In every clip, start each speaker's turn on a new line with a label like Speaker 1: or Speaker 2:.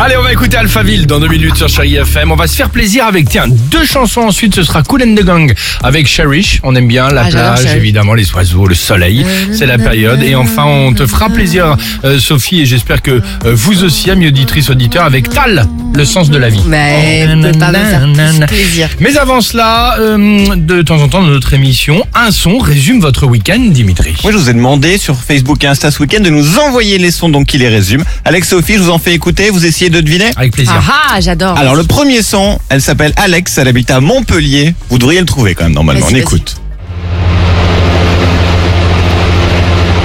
Speaker 1: Allez, on va écouter Alphaville dans deux minutes sur Chérie FM. On va se faire plaisir avec, tiens, deux chansons. Ensuite, ce sera Cool and the Gang avec Cherish. On aime bien la
Speaker 2: Ah, j'adore
Speaker 1: plage,
Speaker 2: Cherish.
Speaker 1: évidemment, les oiseaux, le soleil. C'est la période. Et enfin, on te fera plaisir, euh, Sophie, et j'espère que euh, vous aussi, amis auditrices, auditeurs, avec Tal, le sens de la vie.
Speaker 2: Mais
Speaker 1: Oh,
Speaker 2: elle peut pas me faire
Speaker 1: nanana.
Speaker 2: plus plaisir.
Speaker 1: Mais avant cela, euh, de temps en temps dans notre émission, un son résume votre week-end, Dimitri.
Speaker 3: Moi, je vous ai demandé sur Facebook et Insta ce week-end de nous envoyer les sons donc qui les résument. Alex Sophie, je vous en fais écouter, vous essayez de deviner
Speaker 1: Avec plaisir.
Speaker 2: Ah ah, j'adore.
Speaker 3: Alors, le premier son, elle s'appelle Alex, elle habite à Montpellier. Vous devriez le trouver quand même normalement,
Speaker 2: Vas-y,
Speaker 3: on
Speaker 2: vas-y.
Speaker 3: écoute.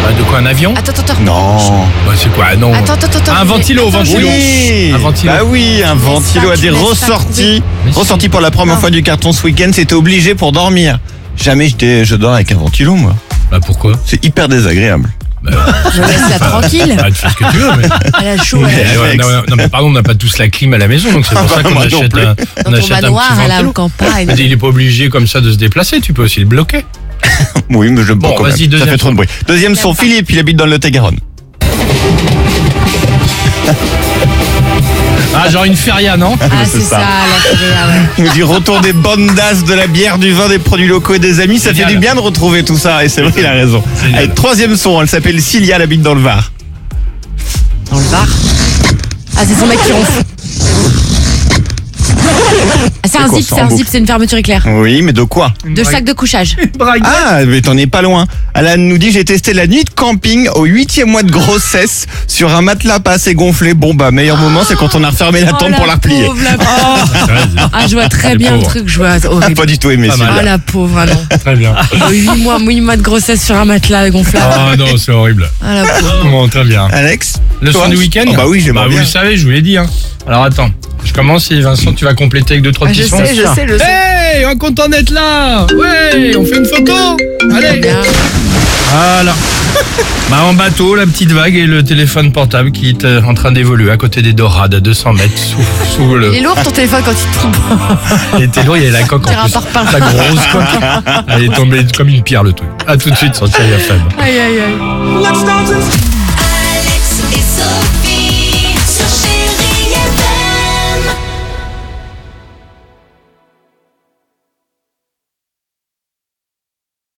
Speaker 1: Bah, de quoi un avion
Speaker 2: Attends, attends, attends.
Speaker 3: Non.
Speaker 1: Bah, C'est quoi Non.
Speaker 2: Attends, attends, attends.
Speaker 1: Un
Speaker 2: mais-
Speaker 1: ventilo,
Speaker 2: attends,
Speaker 1: ventilo.
Speaker 2: je-
Speaker 3: Oui
Speaker 1: Un ventilo.
Speaker 3: Bah oui, un
Speaker 2: Tu laisses
Speaker 3: ventilo
Speaker 2: pas,
Speaker 3: a
Speaker 2: tu
Speaker 3: des
Speaker 2: laisses pas
Speaker 3: ressorties.
Speaker 1: Mais si.
Speaker 3: Ressorties pour la première
Speaker 2: Non.
Speaker 3: fois du carton ce week-end, c'était obligé pour dormir. Jamais je, je dors avec un ventilo, moi.
Speaker 1: Bah pourquoi
Speaker 3: C'est hyper désagréable.
Speaker 2: Je laisse la tranquille.
Speaker 1: Bah, Tu fais ce que tu veux. Mais...
Speaker 2: Elle a chaud. elle a-
Speaker 1: Mais, Eh ouais,
Speaker 3: Alex.
Speaker 1: non, non, mais pardon, on n'a pas tous la clim à la maison, donc c'est pour ça qu'on
Speaker 3: moi non
Speaker 1: achète
Speaker 3: plus.
Speaker 1: un, on
Speaker 2: Dans ton
Speaker 1: achète un
Speaker 2: manoir,
Speaker 1: petit
Speaker 2: elle a
Speaker 1: ventilo.
Speaker 2: en campagne.
Speaker 1: Mais Il est pas obligé comme ça de se déplacer, tu peux aussi le bloquer.
Speaker 3: Oui, mais je le prends
Speaker 1: Bon,
Speaker 3: quand
Speaker 1: vas-y,
Speaker 3: même. Ça
Speaker 1: deuxième
Speaker 3: fait trop de bruit. Deuxième son, Philippe, il habite dans le Lot-et-Garonne.
Speaker 1: Ah, genre une feria, non
Speaker 2: Ah, c'est
Speaker 3: c'est
Speaker 2: ça,
Speaker 3: ça.
Speaker 2: la TVA, ouais.
Speaker 3: Il nous dit retour des bandas, de la bière, du vin, des produits locaux et des amis. Ça fait
Speaker 1: Génial.
Speaker 3: du bien de retrouver tout ça. Et c'est vrai, il a raison.
Speaker 1: Génial.
Speaker 3: Allez, troisième son, elle s'appelle Cilia, elle habite dans le Var.
Speaker 2: Dans le bar. Ah, c'est son mec qui ronfle. Ah, c'est un
Speaker 3: quoi,
Speaker 2: zip,
Speaker 3: ça,
Speaker 2: c'est
Speaker 3: en
Speaker 2: un zip,
Speaker 3: boucle
Speaker 2: c'est une fermeture éclair.
Speaker 3: Oui, mais de quoi
Speaker 2: De sac de couchage.
Speaker 3: Ah, mais t'en es pas loin. Alan nous dit j'ai testé la nuit de camping au huitième mois de grossesse sur un matelas pas assez gonflé. Bon bah meilleur moment c'est quand on a refermé la
Speaker 2: Oh,
Speaker 3: tente pour la replier.
Speaker 2: pauvre, la pauvre. Ah, je vois très
Speaker 1: Les
Speaker 2: bien le
Speaker 1: pauvres.
Speaker 2: truc, je vois. c'est
Speaker 3: Ah,
Speaker 2: Horrible.
Speaker 3: pas du tout aimé
Speaker 1: Pas mal.
Speaker 2: Ah,
Speaker 3: celui-là.
Speaker 2: la pauvre, ah non.
Speaker 1: Très bien.
Speaker 2: 8 mois, huit mois de grossesse sur un matelas gonflable.
Speaker 1: Ah non, c'est horrible.
Speaker 2: Ah, la pauvre.
Speaker 1: Bon, très bien.
Speaker 3: Alex
Speaker 1: Le
Speaker 3: toi
Speaker 1: son du week-end
Speaker 3: Oh, Bah oui, j'aimerais
Speaker 1: Bah, vous
Speaker 3: bien.
Speaker 1: le savez, je vous l'ai dit. Hein. Alors attends, je commence et Vincent, tu vas compléter avec deux, trois
Speaker 2: Ah,
Speaker 1: petits
Speaker 2: je
Speaker 1: sons.
Speaker 2: sais, je sais, je sais.
Speaker 1: Hey, on est content d'être là Ouais, on fait une photo Allez
Speaker 2: Bien.
Speaker 1: Voilà. Bah en bateau, la petite vague et le téléphone portable qui est euh, en train d'évoluer à côté des dorades à 200 mètres sous, sous le...
Speaker 2: Il est lourd ton téléphone quand il te trompe.
Speaker 1: Il était lourd, il y avait la coque en
Speaker 2: Tire un
Speaker 1: plus.
Speaker 2: parpaing.
Speaker 1: La grosse
Speaker 2: 哎
Speaker 1: coque. Elle est tombée comme une pierre le truc. À tout de suite sur Chérie FM.
Speaker 2: Aïe, aïe, aïe.